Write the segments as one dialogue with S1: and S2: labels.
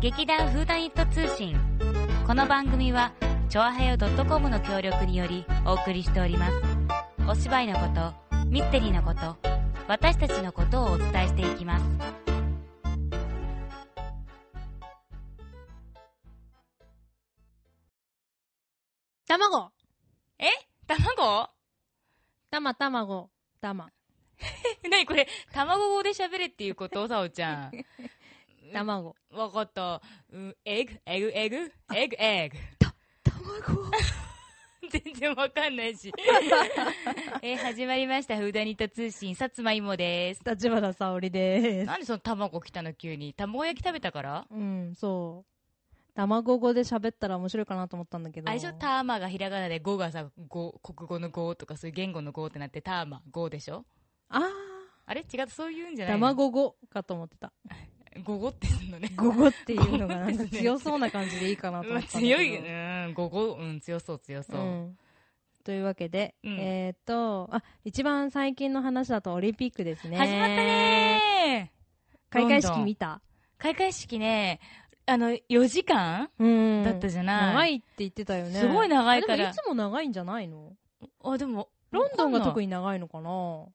S1: 劇団フーダニット通信この番組はチョアヘヨ .com の協力によりお送りしておりますお芝居のことミステリーのこと私たちのことをお伝えしていきます
S2: 卵
S1: え卵
S2: 玉卵玉
S1: 何これ卵語で喋れっていうことさおちゃん
S2: 卵
S1: わかった。うん、エグ、エグ、エグ、エグ、 エ
S2: 卵
S1: グ。 全然わかんない し。えー始まりました。フーダニット通信、さつまいもです。
S2: 立花沙織です
S1: なんでその卵来たの急に。卵焼き食べたから
S2: うんそう卵語で喋ったら面白いかなと思ったんだけど
S1: あれでしょターマがひらがなで語がさ、語、国語の語とかそういう言語の語ってなってターマ、語でしょ
S2: あ
S1: あれ違う、そういうんじ
S2: ー
S1: ゃないの
S2: 卵語かと思ってた
S1: 語語ってすんのね。
S2: 語語っていうのがなん
S1: 語
S2: か
S1: ですね
S2: 強そうな感じでいいかなと
S1: う
S2: 思
S1: ん
S2: ったんだけど
S1: 強い、うん、語語、うん、強そう、強そう。
S2: んというわけで、
S1: うん
S2: えーっとあ一番最近の話だとオリンピックですね
S1: 始まったねー
S2: 開会式
S1: ロンドン
S2: 見た
S1: 開会式ね、あの、4時間
S2: うん
S1: だったじゃない、
S2: 長いって言ってたよね
S1: すごい長いから
S2: あでもいつも長いんじゃないの
S1: あ、でも、
S2: ロンドンが特
S1: に。
S2: に長いのかな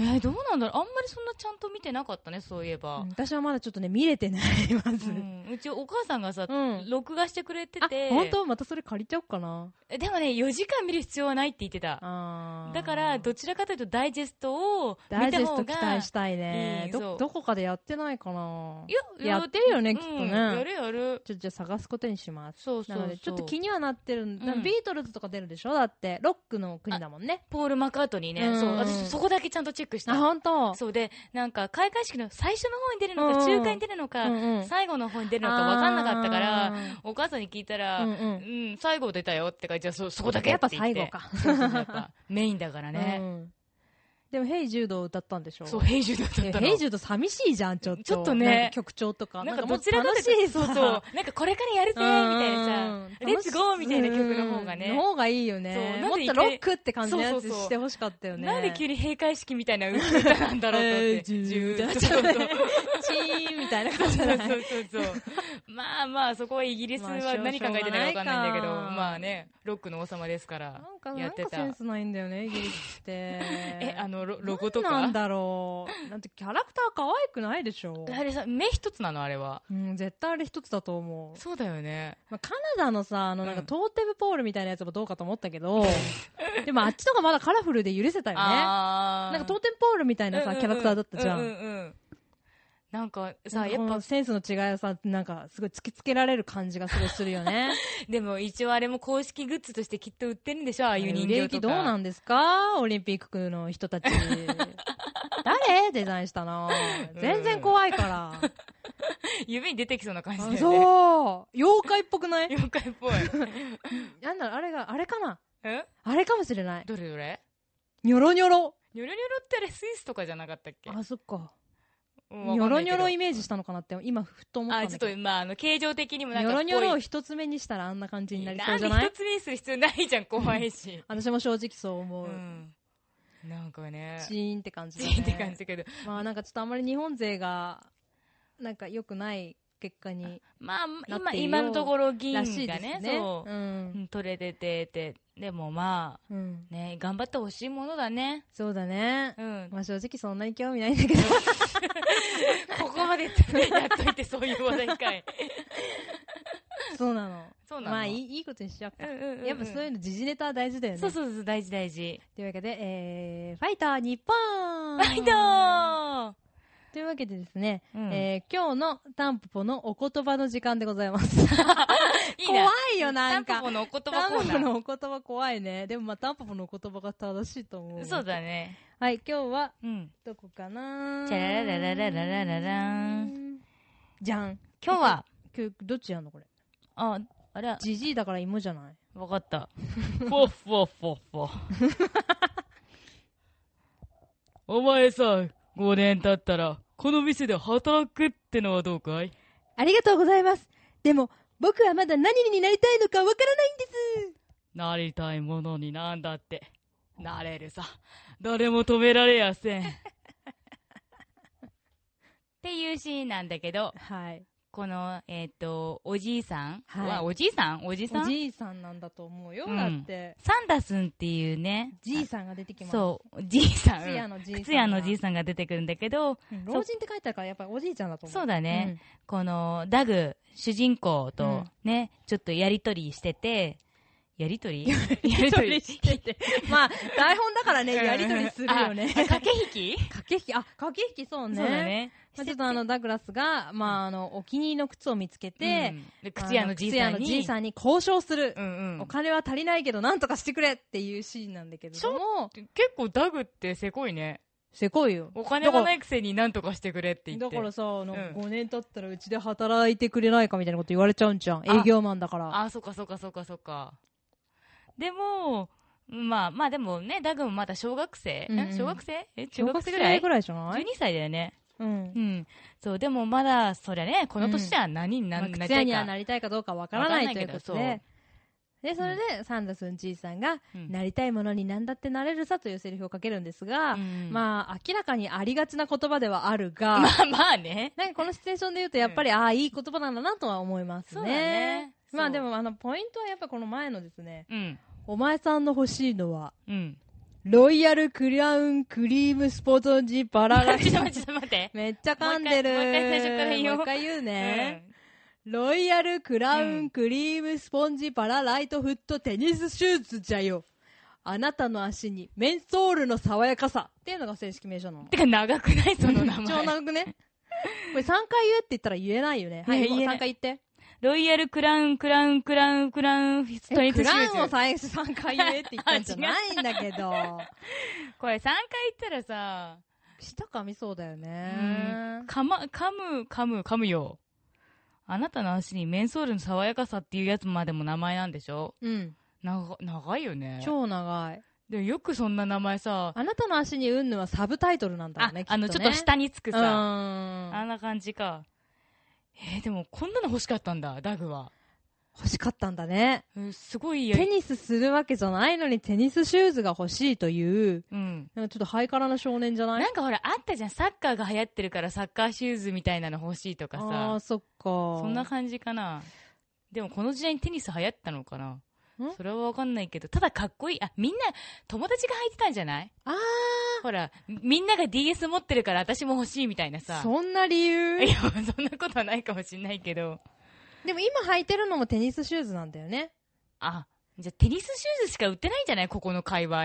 S1: えーどうなんだろうあんまりそんなちゃんと見てなかったね、そういえば。
S2: 私はまだちょっとね見れてないま
S1: う
S2: ずうん
S1: ん、うちお母さんがさ、
S2: あ
S1: 録画してくれてて。
S2: 本当またそれ借りちゃおうかな
S1: えでもね、4時間見る必要はないって言ってた。
S2: あー
S1: だから、どちらかというとダイジェストを
S2: ダ
S1: 見
S2: イジ
S1: た
S2: ェス
S1: 方
S2: ト期待
S1: が。
S2: したいね
S1: いいそ
S2: ど
S1: う
S2: どこかでやってないかない
S1: や
S2: やってるよね
S1: うん
S2: きっとね
S1: やるやる。
S2: ちょっとじゃあ探すことにします
S1: そうそう
S2: な
S1: そう。
S2: のでちょっと気にはなってるんだ
S1: うん
S2: ビートルズとか出るでしょだってロックの国だもんね
S1: ポール・マカートニー
S2: う
S1: ね。
S2: ん
S1: そう。私、そこだけちゃんとチェックし
S2: あ
S1: た。
S2: 本当
S1: そうで、なんか、開会式の最初の方に出るのか、
S2: うん
S1: 中間に出るのか、
S2: うんうん
S1: 最後の方に出るのか分かんなかったから、
S2: あ
S1: お母さんに聞いた
S2: ー
S1: ら、
S2: う
S1: うんん、
S2: うん
S1: 最後出たよって書いてある、そ、そこだけ
S2: やっぱ
S1: て言て
S2: 最後か
S1: そうそうそうやっぱメインだから
S2: う
S1: ね。
S2: んでも「ヘイジュード」を歌ったんでしょ
S1: そう、ヘイジュードだ
S2: え
S1: ったの。
S2: ヘイジュード寂しいじゃんちょっと
S1: ちょっとね
S2: なんか曲調とか
S1: なんか
S2: も
S1: ど
S2: っ
S1: ち
S2: と
S1: らかと
S2: 楽
S1: いう
S2: し
S1: とそう
S2: い
S1: そう。
S2: さ
S1: なんかこれからやるぜみたいなさ、レッツゴーみたいな曲の方が
S2: うん
S1: ね。
S2: の方がいいよね。
S1: そう
S2: も
S1: な
S2: っ
S1: んで
S2: とロックって感じのや
S1: そ
S2: つ
S1: うそうそう
S2: してほしかったよね。
S1: なんで急
S2: に
S1: に閉会式みたいな歌なんだろうと思って。
S2: ジュー
S1: ジュー
S2: チーンみたいな感じじ
S1: そ
S2: ゃ
S1: うそう
S2: な
S1: そ
S2: いう
S1: そうそう。 まあまあ、そこはイギリスは何考えてないか分かんないけど、
S2: まあしょうがないか
S1: まあね、ロックの王様ですから
S2: なんか、、な
S1: や
S2: ん
S1: って
S2: か
S1: た
S2: セ。ンスないんだよね、イギリスって。
S1: え
S2: え、
S1: あ、の、ロロゴと
S2: なん
S1: か
S2: だろう。なんてキャラクター可愛くないでしょ。
S1: あれさ、目一つなのあれは。
S2: うん、絶対あれ一つだと思う。
S1: そうだよね。
S2: まあ、カナダのさ、あの、なんか、
S1: うん
S2: トーテムポールみたいなやつもどうかと思った けど、でもあっちのがまだカラフルで許せたよね。な
S1: あー
S2: んか、トーテムポールみたいな
S1: うんうん
S2: さ、
S1: うん
S2: キャラクターだったじゃ
S1: うんう。うんなんか
S2: さ
S1: さ、やっぱ、
S2: センスの違いをさなんかすごい突きつけられる感じがすごいするよね
S1: でも一応あれも公式グッズとしてきっと売ってるんでしょ ああいう人
S2: 売れ
S1: 形
S2: 行き
S1: とか。
S2: どうなんですかオリンピックの人 たち誰デザインしたの全然怖いから、
S1: 夢に出てきそうな感じだよ
S2: あ
S1: ね。う。
S2: そう妖怪っぽくない
S1: 妖怪っ ぽい。
S2: なんだろうあれがあれかなんあれかもしれない
S1: どれどれ
S2: ニョロニョロ
S1: ニョロニョロってあれスイスとかじゃなかったっけ
S2: あそっか
S1: ニ
S2: ニョロニョロイメージしたのかなって今ふっと思った
S1: あ、
S2: ん
S1: ちょ
S2: だ
S1: っと
S2: けど
S1: まあ、あの、形状的にもな
S2: ニ
S1: んか
S2: ョ
S1: っ
S2: ロ
S1: ぽい。
S2: ニョロを一つ目にしたらあんな感じになりそうじゃ
S1: な
S2: なん
S1: で
S2: い
S1: 一つにする必要ないじゃん、怖いし。
S2: 私も正直そう思
S1: う
S2: う、
S1: ん。なんかね。
S2: チーンって感じ
S1: チーン
S2: だね
S1: って感じだけど。
S2: まあなんかちょっとあんまり日本勢がなんか良くない結果に
S1: まあ、
S2: なっ
S1: 今、
S2: ていよう
S1: 今のところ銀が
S2: らしいです
S1: ね
S2: ね、。、
S1: そうう。うんん取れててて、でもま
S2: うん、
S1: あ、ね、頑張ってほしいものだね。
S2: そうだね、
S1: うん。
S2: まあ正直そんなに興味ないんだ けど
S1: ここまでやっといて、そういう話題か い。
S2: そうなの
S1: そうなの
S2: まあいいいいことにしちゃう
S1: うんうんうんうん
S2: やっぱそういうの時事ネタは大事だよね
S1: そうそうそう、大事大事。
S2: というわけで、えー、ファイター日本
S1: バイトー
S2: というわけでですね、
S1: うん
S2: えー今日のタンポポのお言葉の時間でございます
S1: いい
S2: 怖
S1: な。
S2: いよなん
S1: タン
S2: か
S1: ポポのお言葉
S2: タン
S1: コ
S2: ポ
S1: ー
S2: ポ
S1: ナ
S2: のお言葉怖いねでもまあタンポポのお言葉が正しいと思
S1: ー。
S2: う
S1: そうだね。
S2: はい今日は
S1: うん。
S2: どこかな
S1: チャララララララララン
S2: じゃん。
S1: 今日は、
S2: 今日、どっちやんのこれ。
S1: あ、あれ、
S2: じじいだから芋じゃない
S1: わか った。フォッフォッフォッフォ。お前さ、5年経ったら、この店で働くってのはどうかい
S2: ありがとうございます。でも、僕はまだ何になりたいのかわからないんです。
S1: なりたいものになんだって。なれるさ。誰も止められやせん。っていうシーンなんだけど、
S2: はい。
S1: この、えっ、と、おじいさん
S2: はい
S1: は、おじいさんおじさ
S2: お
S1: ん
S2: じいさんなんだと思うよ、
S1: うん
S2: だって。
S1: サンダスンっていうね、
S2: じいさんが出てきます。
S1: そう、じいさん。
S2: 靴屋のじいさんが。
S1: 靴屋のじいさんが出てくるんだけど、
S2: うん老人って書いてあるから、やっぱりおじいちゃんだと思う。
S1: そうだね。このダグ主人公とね、ちょっとやりとりしててやり とりや
S2: うん。やり
S1: り
S2: とりし てて。 まあ、台本だからね、やりとりするよね。
S1: ああ駆け引き
S2: 駆け引き、あ、駆け引きそうね。
S1: そうだね
S2: まあ、ちょっとあの、ダグラスが、まあ、あの、お気に入りの靴を見つけて、
S1: うん靴屋のじいさん
S2: あ
S1: に
S2: の靴屋のじいさんに交渉する。
S1: うんう
S2: お
S1: ん
S2: 金は足りないけど、なんとかしてくれっていうシーンなんだけれども、
S1: 結構ダグってせこいね
S2: せこいよ。
S1: お金がないくせになんとかしてくれって言っ
S2: だ
S1: て
S2: からさ、あの、
S1: うん
S2: 5年経ったらうちで働いてくれないかみたいなこと言われちゃうんじゃん。
S1: あ
S2: 営業マンだから。
S1: あそうかそうかそうかそうかでもまあまあでもねダグもまだ小学生、
S2: うんうん
S1: 小学生え中学生ぐらい
S2: 小学生ぐらいじゃない
S1: 12歳だよね
S2: うん
S1: う。ん、そうでもまだそりゃねこの年じゃ何にな,、
S2: まあ
S1: ん、なり
S2: 靴
S1: た
S2: 屋
S1: い
S2: に
S1: か
S2: はなりたいかどうかわからない
S1: わかん
S2: と
S1: ないいうけ
S2: こ
S1: ど
S2: とで。で、それで、サンダスンじいさんが、
S1: うん
S2: なりたいものに何だってなれるさというセリフをかけるんですが、
S1: うん
S2: まあ、明らかにありがちな言葉ではあるが、
S1: まあ まあね
S2: なんかこのシチュエーションで言うと、やっぱり、ああ、いい言葉なんだなとは思いますね。
S1: そうだねそ
S2: まあ
S1: う
S2: でも、あの、ポイントはやっぱこの前のですね、
S1: うん
S2: お前さんの欲しいのは、
S1: うん
S2: ロイヤルクラウンクリームスポトンジバラガ
S1: ちょっ
S2: シ
S1: と。待ってちょっと待って
S2: めっちゃ噛んでる。
S1: もう一回もう一回最初から言おう
S2: もう一回言うね。ロイヤルクラウ
S1: うん
S2: ンクリームスポンジバラライトフットテニスシューズじゃよ。あなたの足にメンソールの爽やかさ。っていうのが正式名称なの
S1: うん、。てか長くないその名
S2: 超
S1: 前
S2: 長くね。これ3回言えって言ったら言えないよね。はい、
S1: ね
S2: もう
S1: 言えない
S2: 3回言って。
S1: ロイヤルクラウンクラウンクラウンクラウンストリート
S2: ク
S1: シュ
S2: ラ
S1: ー
S2: ウ
S1: ズ
S2: ンを最初3回言えって言ったんじゃないんだ けど。
S1: これ3回言ったらさ
S2: 舌噛みそうだよね。
S1: かま噛む噛む噛むよあなたの足にメンソールの爽やかさっていうやつまでも名前なんでしょ
S2: うん。
S1: 長長いよね
S2: 超長い。
S1: でもよくそんな名前さ
S2: あなたの足にうんぬはサブタイトルなんだろうね、きっと、ね。
S1: あのちょっと下につくさ、
S2: うん
S1: あんな感じか。えー、でもこんなの欲しかったんだ、ダグは。
S2: 欲しかったんだね。
S1: うんすごいやり
S2: テニスするわけじゃないのにテニスシューズが欲しいという、
S1: うん。
S2: なんかちょっとハイカラな少年じゃない
S1: なんかほら、あったじゃん。サッカーが流行ってるからサッカーシューズみたいなの欲しいとか
S2: あ
S1: さ
S2: ー、。そっか。
S1: そんな感じかな。でもこの時代にテニス流行ったのかなんそれはわかんないけど、ただかっこいい。あ、みんな、友達が履いてたんじゃない
S2: あ
S1: ほら、みんなが DS 持ってるから私も欲しいみたいな
S2: ー
S1: さ。
S2: そんな理 由
S1: いや、そんなことはないかもしんないけど。
S2: でも今履いてるのもテニスシューズなんだよ ね。
S1: あ、じゃあテニスシューズしか売ってないんじゃないここの界隈。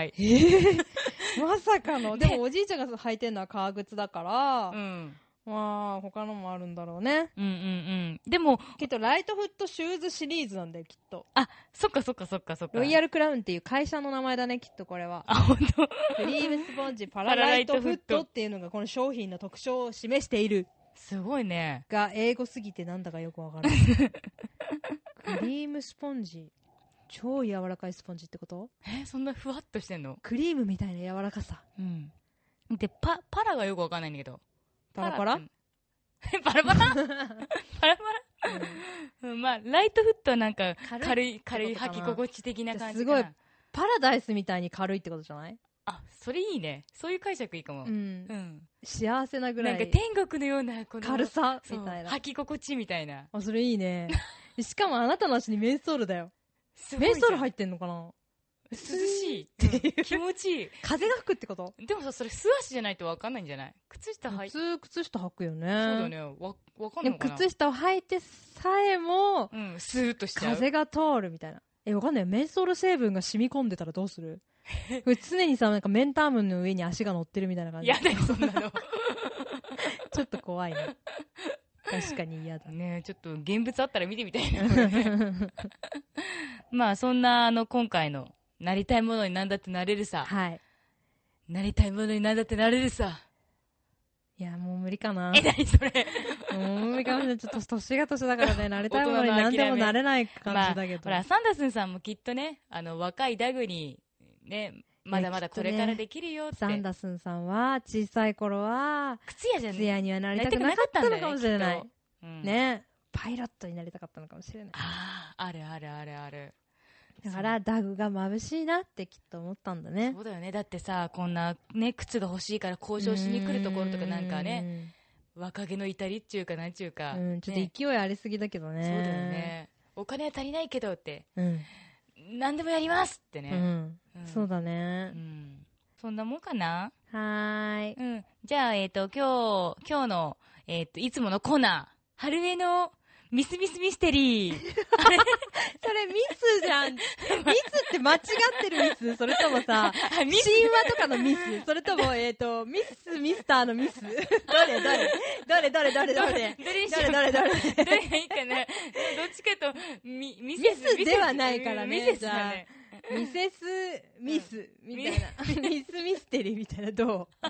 S2: まさかの。でもおじいちゃんが履いてるのは革靴だから、
S1: うん。
S2: まあ他のもあるんだろうね。
S1: うんうんうん。でも、
S2: きっとライトフットシューズシリーズなんだよ、きっと。
S1: あ、そっかそっかそっかそっか。
S2: ロイヤルクラウンっていう会社の名前だね、きっとこ れは。
S1: あ、本当。
S2: クリームスポンジパラライトフットっていうのがこの商品の特徴を示している
S1: すごいね。
S2: が英語すぎてなんだかよくわ からないクリームスポンジ超柔らかいスポンジってこと
S1: え、そんなふわっとしてんの
S2: クリームみたいな柔らかさ
S1: うん。で、パ、パラがよくわかんないんだけど。
S2: パラパラ
S1: ってパラ パラ パラパラ、うん、まあ、ライトフットはなんか、軽
S2: 軽
S1: い、軽い
S2: ってことか
S1: 履
S2: な
S1: き心地的な感じ
S2: す
S1: か
S2: ご
S1: ない
S2: パラダイスみたいに軽いってことじゃない、
S1: あ、それいいね。そういう解釈いいかも。
S2: う
S1: うん。
S2: ん、幸せなぐら
S1: なんか
S2: い
S1: 天国のような、この、
S2: 軽さ
S1: そ
S2: み
S1: う
S2: たいな
S1: 履き心地みたいな。
S2: あそれいい ねしかもあなたの足にメンソールだよ
S1: すごい
S2: メ
S1: じゃ
S2: ン
S1: ん
S2: ソール入ってんのかな
S1: 涼し
S2: て
S1: い
S2: い。う
S1: うん気持ちいい。
S2: 風が吹くってこと
S1: でもさ、それ素足じゃないとわかんないんじゃない靴下履
S2: 普
S1: いて。
S2: 通靴下履くよね
S1: そうだよね。わ、わかん
S2: で
S1: ないの
S2: も
S1: かな
S2: 靴下を履いてさえも、
S1: うん、スーッとしちゃう。
S2: 風が通るみたいな。え、わかんない。メンソール成分が染み込んでたらどうす るこれ常にさ、なんかメンタームの上に足が乗ってるみたいな感じ
S1: 嫌。だよ、そんなの。
S2: ちょっと怖いね。確かに 嫌だ。
S1: ねえちょっと現物あったら見てみたいな。 まあ、そんな、あの、今回の、なりたいものになんだってなれるさ。
S2: はい。
S1: なりたいものになんだってなれるさ。
S2: いや、もう無理かな。
S1: え、なにそれ。
S2: もう無理かもしれない。ちょっと年が年だからね、慣れたいものに
S1: 大人の諦
S2: 何
S1: め
S2: でもなれない
S1: ま
S2: 感
S1: あ、
S2: じだけど。
S1: ほら、サンダスンさんもきっとね、あの、若いダグに、ね、まだまだこれからできるよって。
S2: サンダスンさんは、小さい頃は、
S1: 靴屋じゃ
S2: ツヤにはなりたくなかったのかもしれない。。
S1: うん。
S2: ね。パイロットになりたかったのかもしれない。
S1: ああ、あるあるあるある。
S2: だから、ダグが眩しいなってきっと思ったんだね
S1: そ。うだよね。だってさ、こんな、ね、靴が欲しいから交渉しに来るところとかなんかね、
S2: ね。
S1: 若気の至りっちゅうかなんちゅうか、
S2: うん、ちょっと勢いありすぎだけどね。
S1: ねそうだよ。ねお金は足りないけどって
S2: うん。
S1: 何でもやりますって
S2: う
S1: ね、
S2: ん。
S1: うん
S2: そうだ
S1: う
S2: ね。
S1: んそんなもんかな
S2: はーい。
S1: うんじゃあえっ、と今日今日のえっ、といつものコーナー春江のミスミスミステ リー
S2: それミス じゃん。ミスって間違ってるミスそれともさ、
S1: あミ
S2: 神
S1: ス
S2: 話とかのミスそれとも、えっと、ミス、ミスターのミスどれどれどれどれどれどれ
S1: どれにし
S2: ど
S1: よう
S2: れどれどれ
S1: どれがいいかなどっちかとミミセス
S2: ミスではないからね
S1: ミセスだね
S2: ミセス、ミス、みたいな。ミスミステリーみたいな、ど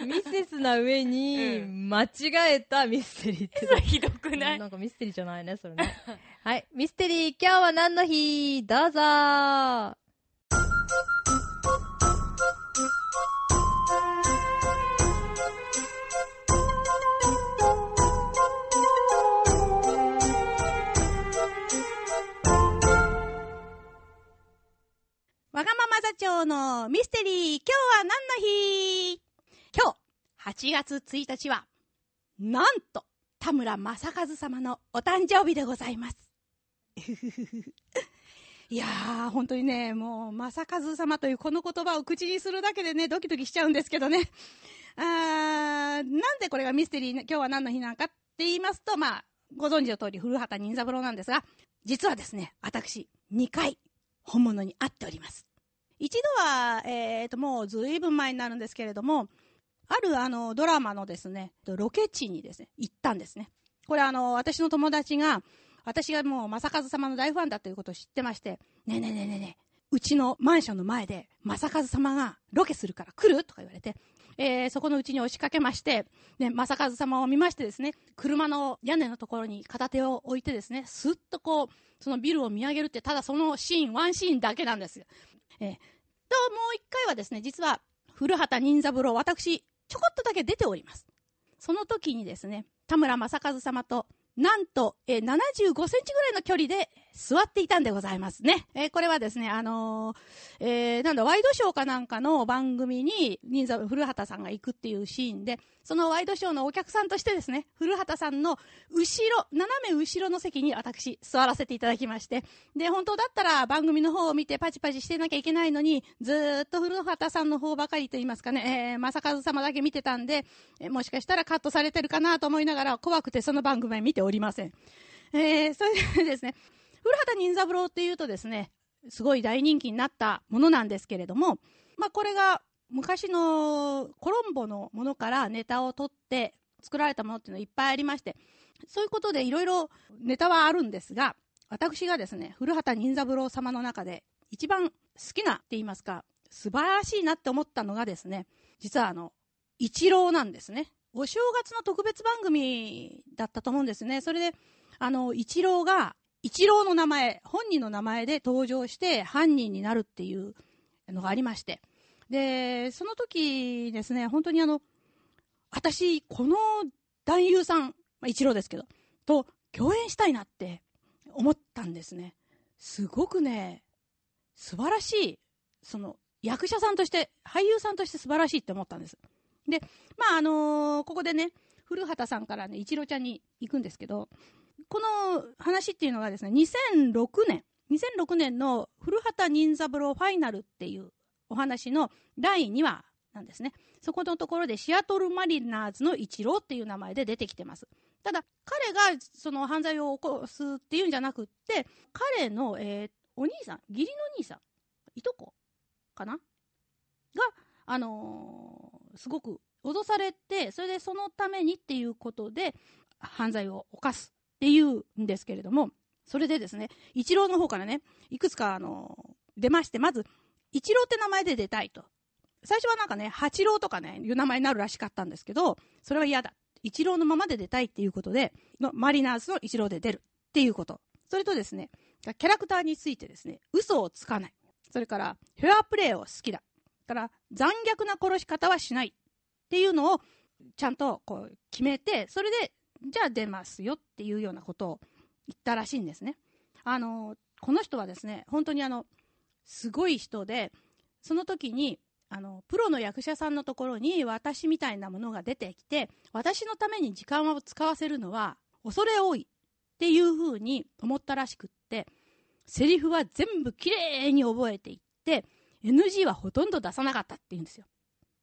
S2: うミセスな上に、
S1: う
S2: 間違えたミステリーって。
S1: それひどくない
S2: なんかミステリーじゃないね、それ ね。はい。ミステリー、今日は何の日どうぞー
S3: わがまま座長のミステリー、今日は何の日今日、8月1日は、なんと、田村正和様のお誕生日でございます。いやー、本当にね、もう、正和様というこの言葉を口にするだけでね、ドキドキしちゃうんですけどね。あー、なんでこれがミステリーな、今日は何の日なんかって言いますと、まあ、ご存知の通り、古畑任三郎なんですが、実はですね、私、2回、本物に会っております。一度は、えー、と、もうずいぶん前になるんですけれども、あるあの、ドラマのですね、ロケ地にですね、行ったんですね。これあの、私の友達が、私がもう正和様の大ファンだということを知ってまして、ねえねえねえねえねえ、うちのマンションの前で正和様がロケするから来るとか言われて、えーそこのうちに押しかけまして、ね、正和様を見ましてですね、車の屋根のところに片手を置いてですね、すっとこう、そのビルを見上げるって、ただそのシーン、ワンシーンだけなんです。えーと、もう一回はですね、実は、古畑任三郎、私、ちょこっとだけ出ております。その時にですね、田村正和様と、なんと、えー75センチぐらいの距離で座っていたんでございますね。えーこれはですね、あのーえーなんだ、ワイドショーかなんかの番組に、任三郎古畑さんが行くっていうシーンで、そのワイドショーのお客さんとしてですね、古畑さんの後ろ、斜め後ろの席に私、座らせていただきまして、で、本当だったら番組の方を見てパチパチしてなきゃいけないのに、ずーっと古畑さんの方ばかりと言いますかね、えー、正和様だけ見てたんで、えーもしかしたらカットされてるかなと思いながら、怖くてその番組は見ておりません。えー、それでですね、古畑任三郎っていうとですね、すごい大人気になったものなんですけれども、まあ、これが昔のコロンボのものからネタを取って作られたものっていうのいっぱいありまして、そういうことでいろいろネタはあるんですが、私がですね、古畑任三郎様の中で一番好きなって言いますか、素晴らしいなって思ったのがですね、実はあの、一郎なんですね。お正月の特別番組だったと思うんですね。それで、あの、一郎が、一郎の名前、本人の名前で登場して犯人になるっていうのがありまして。で、その時ですね、本当にあの、私、この男優さん、まあ、一郎ですけど、と共演したいなって思ったんですね。すごくね、素晴らしい、その、役者さんとして、俳優さんとして素晴らしいって思ったんです。で、まあ、あのここでね、古畑さんからね、一郎ちゃんに行くんですけど、この話っていうのがですね、2006年、2006年の古畑任三郎ファイナルっていうお話の第2話なんですね。そこのところでシアトルマリナーズの一郎っていう名前で出てきてます。ただ、彼がその犯罪を起こすっていうんじゃなくって、彼の、えーお兄さん、義理の兄さん、いとこかなが、あのーすごく脅されて、それでそのためにっていうことで、犯罪を犯すっていうんですけれども、それでですね、一郎の方からね、いくつか、あのー出まして、まず、一郎って名前で出たいと。最初はなんかね、八郎とかね、いう名前になるらしかったんですけど、それは嫌だ。一郎のままで出たいっていうことで、のマリナーズの一郎で出るっていうこと。それとですね、キャラクターについてですね、嘘をつかない。それから、フェアプレイを好きだ。から、残虐な殺し方はしない。っていうのを、ちゃんとこう決めて、それで、じゃあ出ますよっていうようなことを言ったらしいんですね。あの、この人はですね、本当にあの、すごい人で、その時に、ああの、プロの役者さんのところに私みたいなものが出てきて、私のために時間を使わせるのは恐れ多いっていうふうに思ったらしくって、セリフは全部きれいに覚えていって、NG はほとんど出さなかったって言うんですよ。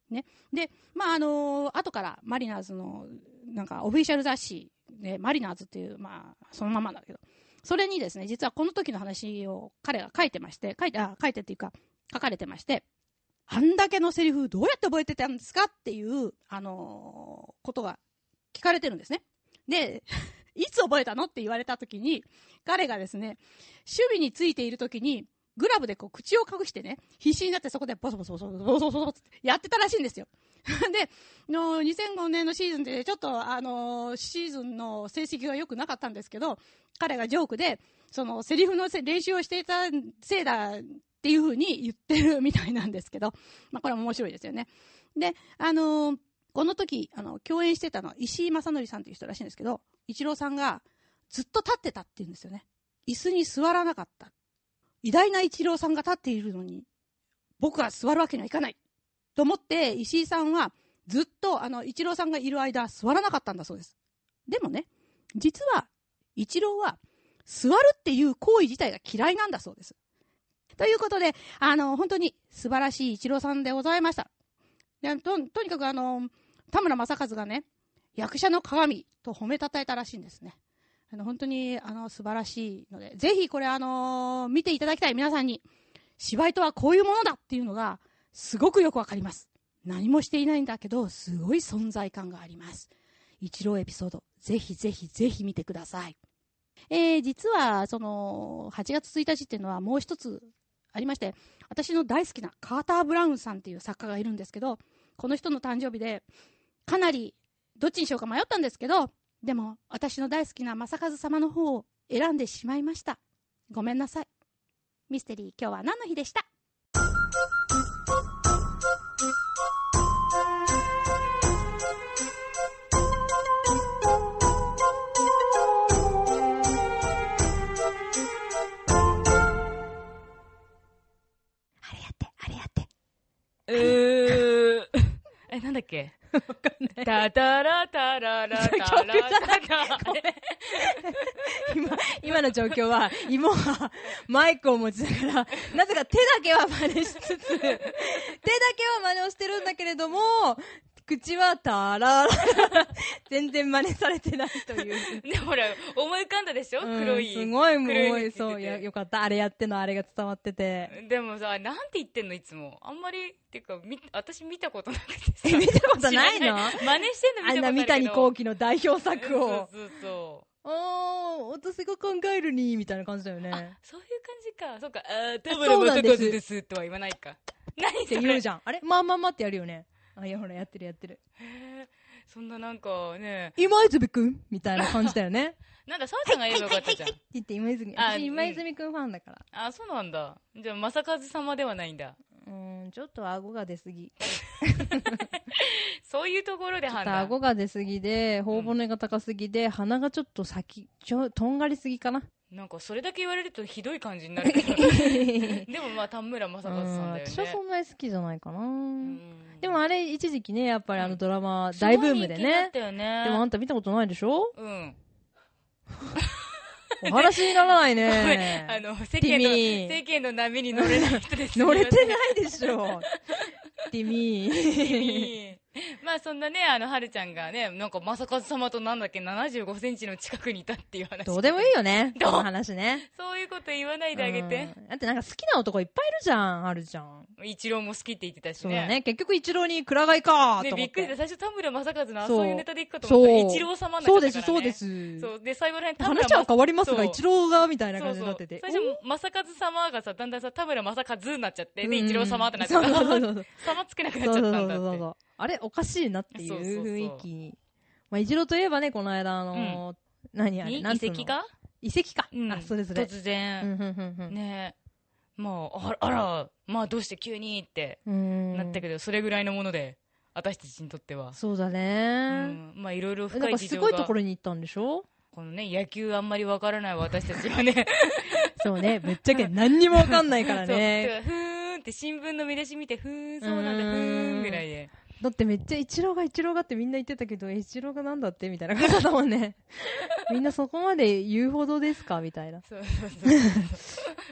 S3: ね。で、まあ、あの後からマリナーズの、なんかオフィシャル雑誌、ね、マリナーズっていう、まあ、そのままだけど、それにですね、実はこの時の話を彼が書いてまして、書いて、あ、書いてっていうか、書かれてまして、あんだけのセリフどうやって覚えてたんですかっていう、あのーことが聞かれてるんですね。で、いつ覚えたのって言われた時に、彼がですね、守備についている時に、グラブでこう口を隠してね、必死になってそこでボソボソボソボソボソボソボソってやってたらしいんですよ。 で、の2005年のシーズンでちょっとあのーシーズンの成績が良くなかったんですけど、彼がジョークで、そのセリフのせ練習をしていたせいだっていうふうに言ってるみたいなんですけど、まあこれも面白いですよね。で、あのーこの時、あの、共演してたのは石井正則さんという人らしいんですけど、一郎さんがずっと立ってたって言うんですよね。椅子に座らなかった。偉大な一郎さんが立っているのに、僕は座るわけにはいかない。と思って、石井さんはずっと、あの、一郎さんがいる間、座らなかったんだそうです。でもね、実は、一郎は、座るっていう行為自体が嫌いなんだそうです。ということで、あの、本当に素晴らしい一郎さんでございました。でととにかく、あの、田村正和がね、役者の鏡と褒めたたえたらしいんですね。あの、本当に、あの、素晴らしいので、ぜひこれ、あの見ていただきたい皆さんに、芝居とはこういうものだっていうのが、すごくよくわかります。何もしていないんだけど、すごい存在感があります。一郎エピソード、ぜひぜひぜひ見てください。えー、実は、その、8月1日っていうのはもう一つありまして、私の大好きなカーター・ブラウンさんっていう作家がいるんですけど、この人の誕生日で、かなり、どっちにしようか迷ったんですけど、でも、私の大好きな正和様の方を選んでしまいました。ごめんなさい。ミステリー、今日は何の日でしたあれやって、あれやって。
S1: うー。え、なんだっけわかんない。タタラタララタラタラ。
S2: 今、今の状況は、芋はマイクを持ちながら、なぜか手だけは真似しつつ、手だけは真似をしてるんだけれども、口はたらら、全然真似されてないという。
S1: で、ほら、思い浮かんだでしょ黒い。
S2: うんすごい、も
S1: 黒
S2: う、そう、や、よかった。あれやってのあれが伝わってて。
S1: でもさ、なんて言ってんのいつも。あんまり、っていうか、み、私見たことなくてさ。
S2: え見たことない
S1: 知
S2: の
S1: ら 真似してんの
S2: あんな
S1: 見
S2: 三
S1: たことあ
S2: 谷幸
S1: る
S2: 喜の代表
S1: け
S2: 作
S1: ど。
S2: を。
S1: そうそうそう。
S2: おー、私が考えるに、みたいな感じだよね。っ
S1: そういう感じか。そうか。あー、田
S2: 村正和です
S1: ですとは言わない か。何そ
S2: て
S1: れ
S2: 言うじゃん。あれまあまあまあってやるよね。あ、いやほら、やってるやってる。
S1: へーそんななんかね、
S2: 今泉くんみたいな感じだよ ね。
S1: なんだ、澤ちゃんが言えばよかったじゃん。
S2: って言って今泉、
S1: あ
S2: 私今泉くんファンだから。
S1: あ、そうなんだ。じゃあ、正和様ではないんだ。
S2: うーん、ちょっと顎が出すぎ。ち
S1: そういうところで
S2: ょっ
S1: 判
S2: と
S1: 断。
S2: 顎が出すぎで、頬骨が高すぎで、鼻がちょっと先、ちょ、とんがりすぎか な。
S1: なんか、それだけ言われるとひどい感じになるけど。 でもまあ、田村正和さんだよね。
S2: 私はそんなに好きじゃないかな。
S1: うん
S2: でも、あれ、一時期ね、やっぱりあのドラマ、
S1: すごい
S2: 大ブームで
S1: 人気だ
S2: ね
S1: っ。たよね。
S2: でもあんた見たことないでしょ
S1: うん。
S2: お話にならない
S1: ごめ
S2: ね
S1: ん。 あの、世間の、
S2: 君
S1: 世間の波に乗れない人です。
S2: 乗れてないでしょ。ティ ミー。
S1: まあそんなね、あの、はるちゃんがね、なんか、正和様となんだっけ、75センチの近くにいたっていう話。
S2: どうでもいいよね。
S1: どう
S2: この話ね。
S1: そういうこと言わないであげて。
S2: うん。だってなんか好きな男いっぱいいるじゃん、あるじゃん。
S1: 一郎も好きって言ってたしね。
S2: そうだね。結局一郎に倉がいか
S1: ね
S2: と思
S1: び
S2: っ
S1: っくり
S2: て。
S1: した。最初、田村正和のあ
S2: そう
S1: そういうネタでいくかと思ったら、一郎様になっちゃ
S2: そ
S1: っ
S2: うで
S1: たから、ね。
S2: す、そうです。
S1: そう。で、最後らへん、
S2: 話は変わりますが、
S1: そう
S2: 一郎がみたいな
S1: そ
S2: 感
S1: う
S2: じに
S1: そ
S2: なっ
S1: う
S2: てて。
S1: 最初、正和様がさ、だんだんさ、田村正和になっちゃって、
S2: うん
S1: で、一郎様ってなっち
S2: そ
S1: ゃ
S2: う
S1: っ
S2: そうそうそ
S1: た。
S2: う。
S1: 様つけなくなっ
S2: そう
S1: ち
S2: そ
S1: ゃ
S2: う
S1: ったん
S2: そ
S1: だ
S2: うそう
S1: っ
S2: そ
S1: て。
S2: う。あれおかしいなっていう
S1: そうそうそう
S2: 雰囲気に。まあ、一郎といえばね、この間、あのー、何あれ、
S1: に
S2: なんつう
S1: 遺
S2: の
S1: 跡が
S2: 遺跡か。
S1: うん
S2: あ、それそれ。
S1: 突
S2: うん
S1: 然、
S2: うんうんうん
S1: ねえまあああらまあどうして急にって
S2: うん
S1: なったけど、それぐらいのもので私たちにとっては、
S2: そうだ
S1: う
S2: ね。
S1: ん、まあいろいろ
S2: な
S1: 深
S2: ん
S1: い
S2: か
S1: 事
S2: す
S1: 情
S2: ごいと
S1: が
S2: こ
S1: こ
S2: ろに行ったんでしょ
S1: のね野球あんまりわ からない私たちはね
S2: そうね。ぶっちゃけ何にもわかんないか ら
S1: そう
S2: ね。
S1: ふーんんって新聞の見出し見て、ふーん、そうなんだ、ふーんぐらいで。
S2: だってめっちゃ一郎が一郎がってみんな言ってたけど、え、一郎がなんだってみたいな感じだったも んね。みんなそこまで言うほどですかみたいな。
S1: そうそうそう。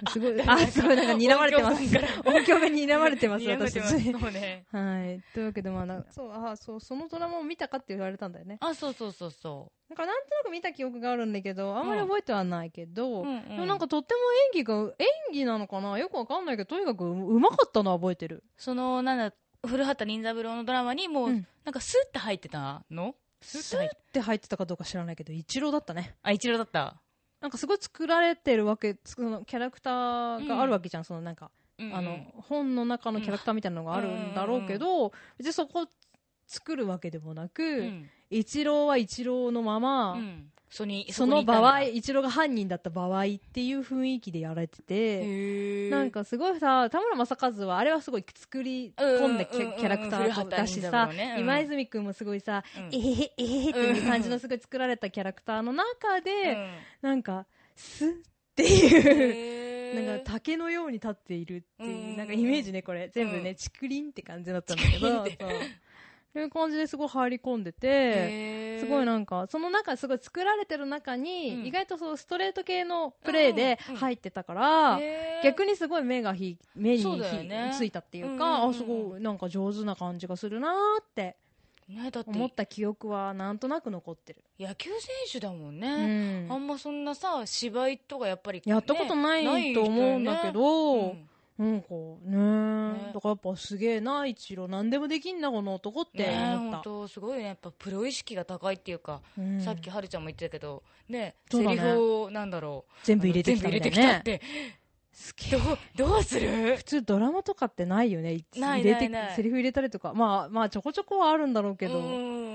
S2: すごい、あ、すごい、なんか睨まれてます。
S1: 音響さんから
S2: 音響が睨まれてます、
S1: 睨まれ
S2: 私
S1: て
S2: た
S1: ます
S2: ち。
S1: そうね。
S2: はい。というわけで、まあな、そう、あ、そう、そのドラマを見たかって言われたんだよね。
S1: あ、そうそうそうそ
S2: なんかなんとなく見た記憶があるんだけど、あんまり覚えてはないけど、
S1: う。うん
S2: でもなんかとっても演技が、演技なのかなよくわかんないけど、とにかくううまかったのは覚えてる。
S1: その、なんだ、古畑任三郎のドラマにもう、
S2: うん
S1: なんかスッて入ってたの
S2: スーって入ってたかどうか知らないけど、一郎だったね。
S1: あ、一郎だった。
S2: なんかすごい作られてるわけ、そのキャラクターがあるわけじゃん、そのなんか、
S1: うんうん
S2: あの、本の中のキャラクターみたいなのがあるんだろうけど、別にそこ作るわけでもなく、
S1: うん
S2: 一郎は一郎のまま、
S1: うんそに
S2: その場合、
S1: へ
S2: 一郎が犯人だった場合っていう雰囲気でやられてて、
S1: ー
S2: なんかすごいさ、田村正和はあれはすごい作り込んだキ
S1: うんうんうんう
S2: ャ
S1: ん
S2: キャラクターだし
S1: 古畑任三郎
S2: さ、
S1: ねうん
S2: 今泉くんもすごいさ、
S1: うん
S2: えへへ、えへへっていう感じのすごい作られたキャラクターの中で、なんか、すっていう、
S1: な
S2: なんか竹のように立っているって
S1: うんうんう
S2: いう、
S1: ん
S2: なんかイメージね、これ。全部
S1: う
S2: ね、
S1: ん
S2: 竹林って感じだったんだけど、そう。そういう感じですごい入り込んでて、すごいなんか、その中、すごい作られてる中に、
S1: うん
S2: 意外とそう、ストレート系のプレーで
S1: うんうん
S2: 入ってたから、逆
S1: に
S2: にすごい目がひ目に
S1: そうだよね
S2: ひついたっていうか、
S1: うんうんうん
S2: あすごいなんか上手な感じがするなーって
S1: ねだって
S2: 思った記憶はなんとなく残ってる、
S1: 野球選手だもん
S2: う
S1: ね
S2: ん
S1: あんまそんなさ芝居とかやっぱりね
S2: やったことないと思うんだけど、
S1: ね
S2: なんかね
S1: ね
S2: だからやっぱすげえな一郎何でもできんなこの男って
S1: ね
S2: 思
S1: 本
S2: った、
S1: 当すごいねやっぱプロ意識が高いっていうか
S2: うん
S1: さっきはるちゃんも言ってたけどね
S2: そう
S1: セ
S2: だ
S1: リ
S2: ね
S1: フをなんだろう
S2: 全部入れてきた
S1: 全
S2: ん
S1: 部
S2: だ
S1: 入
S2: よ
S1: れてきたっ
S2: ね
S1: て
S2: すげえ
S1: どうどうする
S2: 普通ドラマとかってないよねいつ
S1: ない
S2: 入れて
S1: ないない
S2: セリフ入れたりとかまあまあちょこちょこはあるんだ ろうけど、
S1: うんうんうん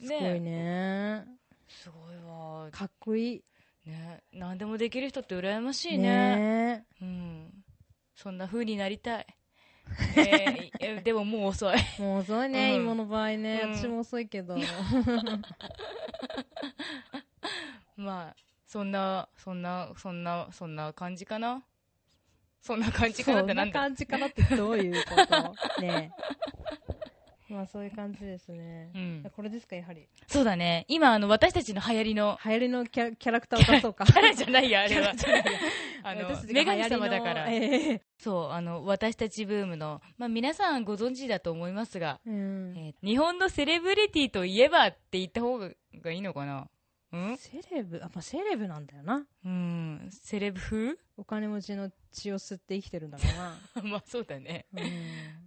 S2: すごいね
S1: すごいわ
S2: かっこいい
S1: ね何でもできる人って羨ましいね
S2: ね
S1: うんそんな風になり たい、えーえでももう遅い
S2: もう遅いね、
S1: うん
S2: 今の場合ね、
S1: うん
S2: 私も遅いけど
S1: まあそんなそんなそんなそんな感じかなそんな感じかなってなんだ
S2: 感じかなってどういうこ とねえまあそういう感じですね
S1: う、ん、
S2: これですかやはり
S1: そうだね今あの私たちの流行りの
S2: 流行りのキャキャラクターを出そう か
S1: キャラじゃないやあれは あの
S2: 私たち
S1: 女
S2: が流行り
S1: 神
S2: の
S1: 様だから、
S2: ええ
S1: そうあの私たちブームの、まあ、皆さんご存知だと思いますが、
S2: うん、
S1: えー日本のセレブリティといえばって言った方がいいのかなうん、
S2: セレブあまあセレブなんだよな
S1: うん、セレブ風
S2: お金持ちの血を吸って生きてるんだか ら
S1: まあそうだね
S2: な、うん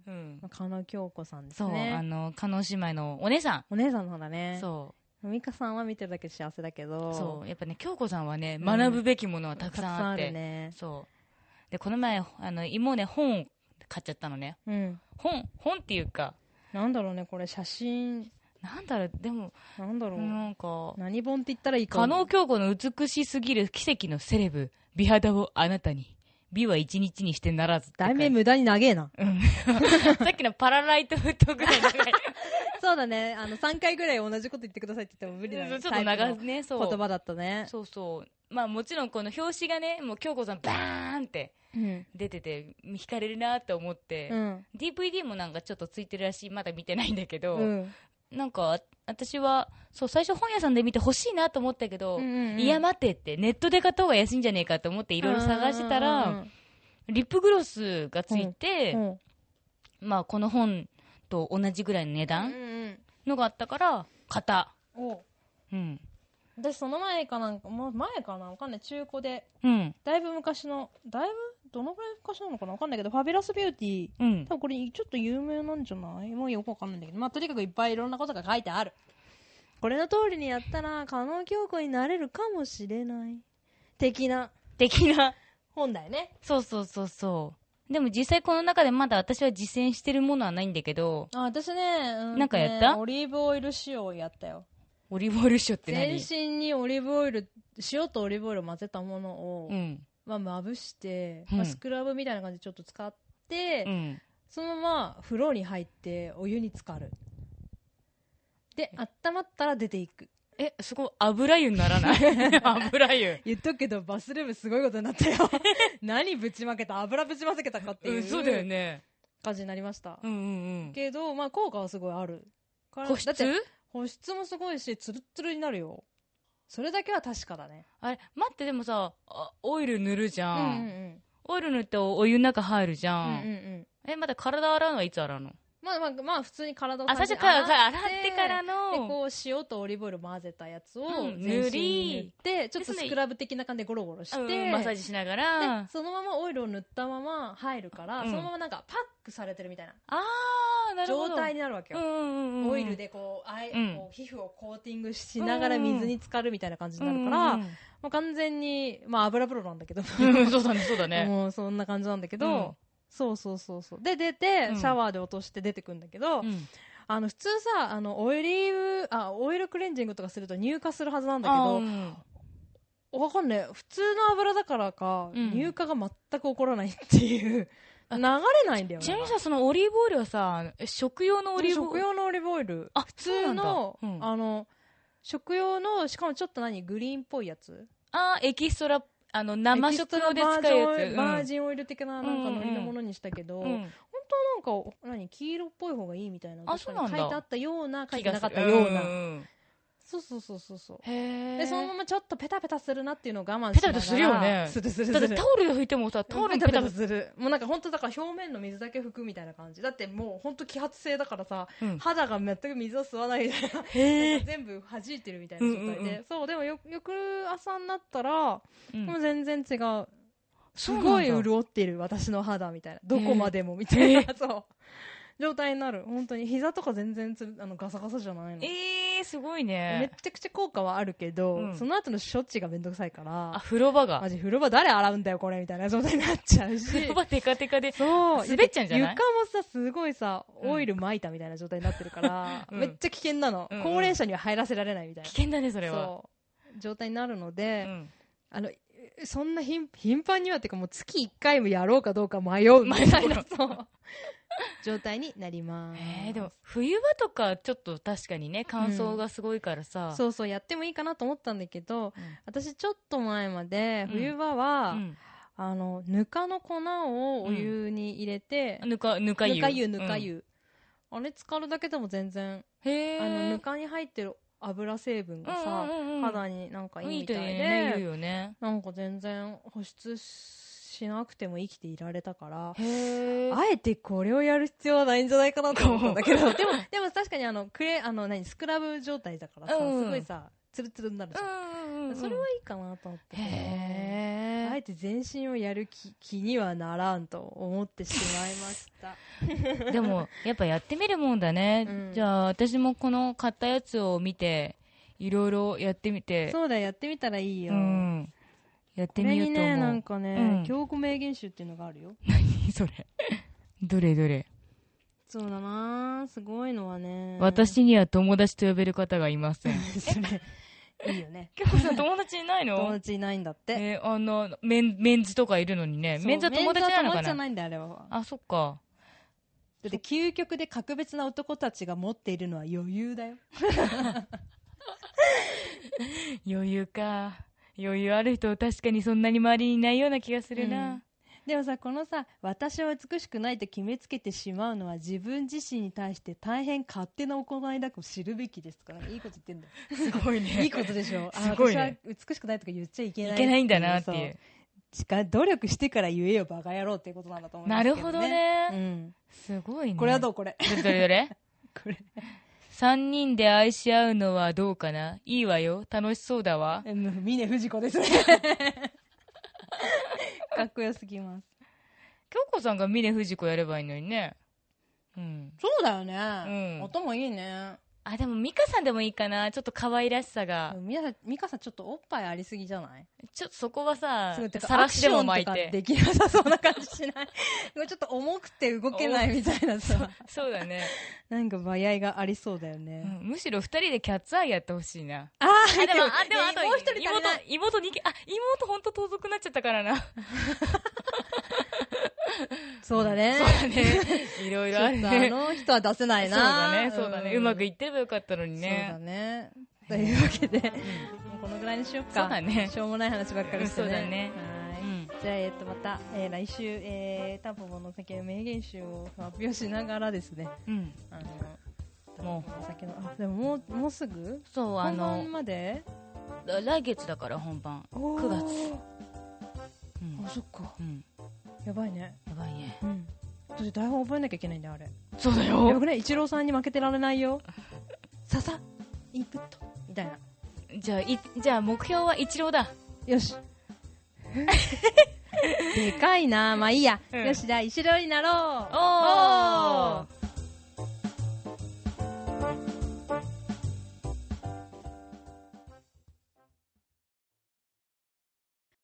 S1: うん
S2: まあ、加納京子さんです
S1: そう、あ
S2: ね
S1: の、加納姉妹のお姉さ
S2: お姉さんの方だ
S1: ん。
S2: ね
S1: そ
S2: 美香さんは見てるだけで幸せだけ
S1: う。
S2: ど
S1: そう。やっぱね、京子さんはね、
S2: うん
S1: 学ぶべきものはたくさんあって。
S2: るね
S1: そう。で、この前、あの、妹ね、本を買っちゃったのね。
S2: うん
S1: 本、本っていうか、
S2: なんだろうね、これ写真、
S1: なんだろう、でも、
S2: なんだろう。
S1: なんか、
S2: 何本って言ったらいいか。
S1: 加納京子の美しすぎる奇跡のセレブ、美肌をあなたに。美は一日にしてならずって書い
S2: 題
S1: て。
S2: 名無駄に長えな。
S1: さっきのパラライトフットぐらい長い。
S2: そうだね、あの、3回ぐらい同じこと言ってくださいって言っても無理だ
S1: そ
S2: ね。
S1: うちょっと長い
S2: タイ
S1: ね、
S2: プ
S1: そう。
S2: の言葉だったね。
S1: そうそう。まあもちろんこの表紙がね、もう京子さんバーンって
S2: うん。
S1: 出てて、惹かれるなと思って、
S2: うん。
S1: DVD もなんかちょっとついてるらしい、まだ見てないんだけど、
S2: うん。
S1: なんか私は、そう、最初本屋さんで見てほしいなと思ったけど、
S2: うんうんうん
S1: いや待ってって、ネットで買った方が安いんじゃねえかと思ってい
S2: い
S1: ろいろ探してたら、、リップグロスがついて、
S2: うん。
S1: まあこの本と同じぐらいの値
S2: うんう
S1: 段
S2: ん。
S1: のがあったから、買った。
S2: お
S1: うん。
S2: 私その前かなんか、もう前かなわかんない。中古で。
S1: うん。
S2: だいぶ昔の、だいぶどのぐらい昔なのかなわかんないけど、ファビュラスビューティー。
S1: うん。
S2: 多分これちょっと有名なんじゃないもうよくわかんないんだけど、まあ、とにかくいっぱいいろんなことが書いてあるこれの通りにやったら加納京子になれるかもしれない的な
S1: 的な。
S2: 本だよね
S1: そうそうそうそう。でも実際この中でまだ私は実践してるものはないんだけど、
S2: あ私ね,、う
S1: なんかやった
S2: オリーブオイル塩をやったよ
S1: オリーブオイル塩って
S2: 全
S1: 何
S2: 身にオリーブオイル塩とオリーブオイルを混ぜたものを、
S1: うん。
S2: まあ、まぶして、
S1: うん
S2: まあ、スクラブみたいな感じでちょっと使って、
S1: うん。
S2: そのまま風呂に入ってお湯に浸かるで温まったら出ていく
S1: え、すごい油湯にならない油湯。
S2: 言っとくけど、バスルームすごいことにな ったよ。何ぶちまけた油ぶちまけたかって
S1: う
S2: い
S1: ん、
S2: う。
S1: そうだよね。
S2: 感じになりました。
S1: うんうん
S2: けど、まあ効果はすごいある。
S1: う
S2: か
S1: ん。
S2: ら
S1: 保湿
S2: だって保湿もすごいし、ツルッツルになるよ。それだけは確かだね。
S1: あれ、待って、でもさ、あオイル塗るじ
S2: う
S1: ゃ
S2: んうん
S1: ん。オイル塗っておお湯の中入るじゃ。
S2: うん。うんうんん。
S1: え、まだ体洗うのはいつ洗うの
S2: まあまあ、まあ普通に体を
S1: あ、最初
S2: 洗
S1: から
S2: って
S1: 洗ってから
S2: で
S1: の。
S2: こう塩とオリーブオイル混ぜたやつを
S1: うん
S2: 全身
S1: 塗り
S2: に塗ってちょっと
S1: でそれ
S2: スクラブ的な感じでゴロゴロして、
S1: うんうんマッサージしながら
S2: で。そのままオイルを塗ったまま入るから、
S1: うん
S2: そのままなんかパックされてるみたいな
S1: あー、なるほど。
S2: 状態になるわけ
S1: う
S2: よ、
S1: んうんうん。
S2: オイルでこうあえ、
S1: うん
S2: こう皮膚をコーティングしながら水に浸かるみたいな感じになるから、
S1: うん
S2: もう完全に、まあ、油風呂なんだけど、
S1: うん うん。そうだね、そうだ ね。
S2: もうそんな感じなんだけど、
S1: うん
S2: そうそうそうそうで出て
S1: うん
S2: シャワーで落として出てくんだけど、
S1: うん
S2: あの普通さあのオイリーブあオイルクレンジングとかすると乳化するはずなんだけ
S1: あー
S2: ど
S1: うん
S2: わかんない普通の油だからか、
S1: うん
S2: 乳化が全く起こらないっていう流れないんだよね
S1: ちなみにさ、そのオリーブオイルはさ、食用のオリーブ
S2: 食
S1: オイル。
S2: 用のオリーブオイル
S1: あ、
S2: 普通の、
S1: そうなんだうん
S2: あの食用のしかもちょっと何グリーンっぽいやつ
S1: あーエキストラ、あの、生
S2: エキスト
S1: 食
S2: ラ
S1: 用で使う
S2: バ
S1: や
S2: ージ
S1: つ。
S2: ョンバー
S1: ン。
S2: ジンオイル的ななんかのりのものにしたけど、
S1: うん
S2: なんか何黄色っぽい方がいいみたいな
S1: あ
S2: 確かに
S1: そうなんだ
S2: 書いてあったような書い
S1: 気
S2: て
S1: が
S2: な
S1: す
S2: か
S1: る
S2: ったような、
S1: んんん
S2: そうそうそうそうそう
S1: へー
S2: でそのままちょっとペタペタするなっていうのを我慢しながら
S1: ペタペタするよね
S2: するす る
S1: だ
S2: す
S1: っ
S2: る
S1: てタオルで拭いてもさ、タオル
S2: ペ
S1: に
S2: タ
S1: ペ
S2: ペ
S1: タ
S2: タ
S1: ペ
S2: するもうなんか本当だから表面の水だけ拭くみたいな感じだってもう本当揮発性だからさ、
S1: タ。うん
S2: 肌が全く水を吸わないみたいな
S1: へー
S2: 全部弾いてるみたいな状態で、
S1: うんうんう
S2: そうでもよ翌朝になったら、
S1: うん
S2: もう全然違うす
S1: そうなんだ
S2: ごい潤ってる私の肌みたいなどこまでもみたい な、そう状態になる本当に膝とか全然つるあのガサガサじゃないの
S1: えー、すごい
S2: めっ
S1: ね。
S2: ちゃくちゃ効果はあるけど、
S1: うん
S2: その後の処置がめんどくさいから
S1: あ、風呂場
S2: マ
S1: が。
S2: ジ風呂場誰洗うんだよこれみたいな状態になっちゃう し
S1: 風呂場テカテカで。
S2: そう
S1: 滑っちゃうんじゃない
S2: 床もさすごいさオイル撒いたみたいな状態になってるから、
S1: うん
S2: めっちゃ危険なの、
S1: うんうん
S2: 高齢者には入らせられないみたいな
S1: 危険だね、それは。
S2: そう状態になるの
S1: う
S2: で、
S1: ん
S2: あのそんな頻頻繁にはっていうかもう月1回もやろうかどうか迷うみたい
S1: 迷
S2: な
S1: う
S2: そう状態になります
S1: えー、でも冬場とかちょっと確かにね乾燥がすごいからさ、
S2: そうそうやってもいいかなと思ったんだけど私ちょっと前まで
S1: うん
S2: 冬場
S1: う
S2: は、
S1: ん、
S2: あのぬかの粉をお湯に入れて、
S1: ぬかぬか湯
S2: ぬか湯ぬか湯、あれ浸かるだけでも全
S1: う
S2: 然
S1: んへ
S2: あの
S1: ー
S2: ぬかに入ってる油成分が
S1: う
S2: さ、
S1: んうんうん
S2: 肌になんかいい
S1: いい
S2: み
S1: と
S2: た
S1: い
S2: いうで
S1: ね言うよね
S2: なんか全然保湿しなくても生きていられたから
S1: へ
S2: あえてこれをやる必要はないんじゃないかなと思ったんだ けどでもでも確かにあのクレあの何スクラブ状態だからさ、
S1: うん
S2: すごいさツルツルになるじゃん、それはいいかなと思って
S1: へ
S2: あ
S1: ー
S2: えて全身をやる気気にはならんと思ってしまいま した。
S1: でもやっぱやってみるもんだね、
S2: うん
S1: じゃあ私もこの買ったやつを見ていろいろやってみて
S2: そうだよ、やってみたらいいよ。
S1: ん、やっ
S2: こ
S1: て
S2: れ
S1: みよ
S2: に
S1: うと思
S2: ね、
S1: う、
S2: なんかね、
S1: うん
S2: 強固名言集っていうのがある よ。
S1: 何 それどれどれ、
S2: そうだなすごいのはね。
S1: 私には友達と呼べる方がいません
S2: それ、いいよね。
S1: 今日さん友達いないの
S2: 友達いないんだって。
S1: えーあのメンメンズとかいるのにね
S2: そう
S1: メンズは友達なの
S2: メンズは友
S1: か
S2: 達じ
S1: な
S2: ゃないんだよ、あれは。
S1: あそっか
S2: だって、究極で格別な男たちが持っているのは余裕だよ。
S1: 余裕か余裕ある人確かにそんなに周りにいないような気がするな、
S2: でもさ、このさ、私は美しくないと決めつけてしまうのは自分自身に対して大変勝手な行いだと知るべきですから、いいこと言ってんだよ。
S1: すごいね
S2: いいこと でしょ。あ
S1: すごいね
S2: 私は美しくないとか言っちゃいけない。
S1: いけないんだなっていう
S2: そう。しか努力してから言えよ、バカ野郎っていうことなんだと思いま
S1: な
S2: すけ
S1: る
S2: ど、
S1: ほ
S2: ね。
S1: ど。ね、
S2: うん。
S1: すごいね
S2: これはど
S1: う
S2: うこれ。
S1: どれどれどれ
S2: これ。
S1: 3人で愛し合うのはどうかないいわよ楽しそうだわ
S2: うん峰不二子ですね。 かっこよすぎます。
S1: 京子さんが峰不二子やればいいのにねうん
S2: そうだよ
S1: う
S2: ね
S1: ん
S2: 音もいいね。
S1: あでも美香さんでもいいかなちょっと可愛らしさが、
S2: みやミカさんちょっとおっぱいありすぎじゃない
S1: ちょっとそこはさ
S2: すごいてか
S1: さらしでも巻い
S2: アクションとか
S1: て
S2: できなさそうな感じし ないすごいちょっと重くて動けないみたいなさ。
S1: そうだね
S2: なんか場合がありそうだよね。
S1: うんむしろ二人でキャッツアイやってほしいな。あ、
S2: あー
S1: でも、あ、でも、あと、
S2: もう一人足り
S1: 妹
S2: ない、
S1: 妹にあ、妹ほんと盗賊になっちゃったからな。
S2: そうだね。
S1: ね。 いろい
S2: ち
S1: ろ
S2: ょ
S1: あ
S2: っ
S1: る
S2: とあ
S1: ね。
S2: の人は出せな
S1: そう
S2: い
S1: だね
S2: な。、
S1: そうだね。うまく
S2: い
S1: いってればよかったのに
S2: そうだ
S1: ね。
S2: ね。というわけで、もうこのぐらいにしようか。
S1: そうだね
S2: しょうもない話ばっかりしてね。
S1: うんそうだね
S2: は
S1: う
S2: い。
S1: ん
S2: じゃあ、えっと、また、えー来週、えー、タンポポのお酒の名言集を発表しながらですね、
S1: うん
S2: あの、
S1: も
S2: う、お酒の、あ、でももう、もうすぐ
S1: そうあ
S2: あ
S1: の
S2: の、まで
S1: 来月だから本番
S2: 9
S1: 9月うん
S2: あ、そっか。
S1: うん
S2: やばいね。
S1: やばいね
S2: うん。だって台本覚えなきゃいけないんだよ、あれ。
S1: そうだ
S2: よ
S1: よ
S2: くね、一郎さんに負けてられな いよ。ささ、インプット。みたいな。
S1: じゃあいじゃあ目標は一郎だ
S2: よし。 でかいなまあいいや。
S1: うん
S2: よし、じゃあ、一郎になろう。
S1: おー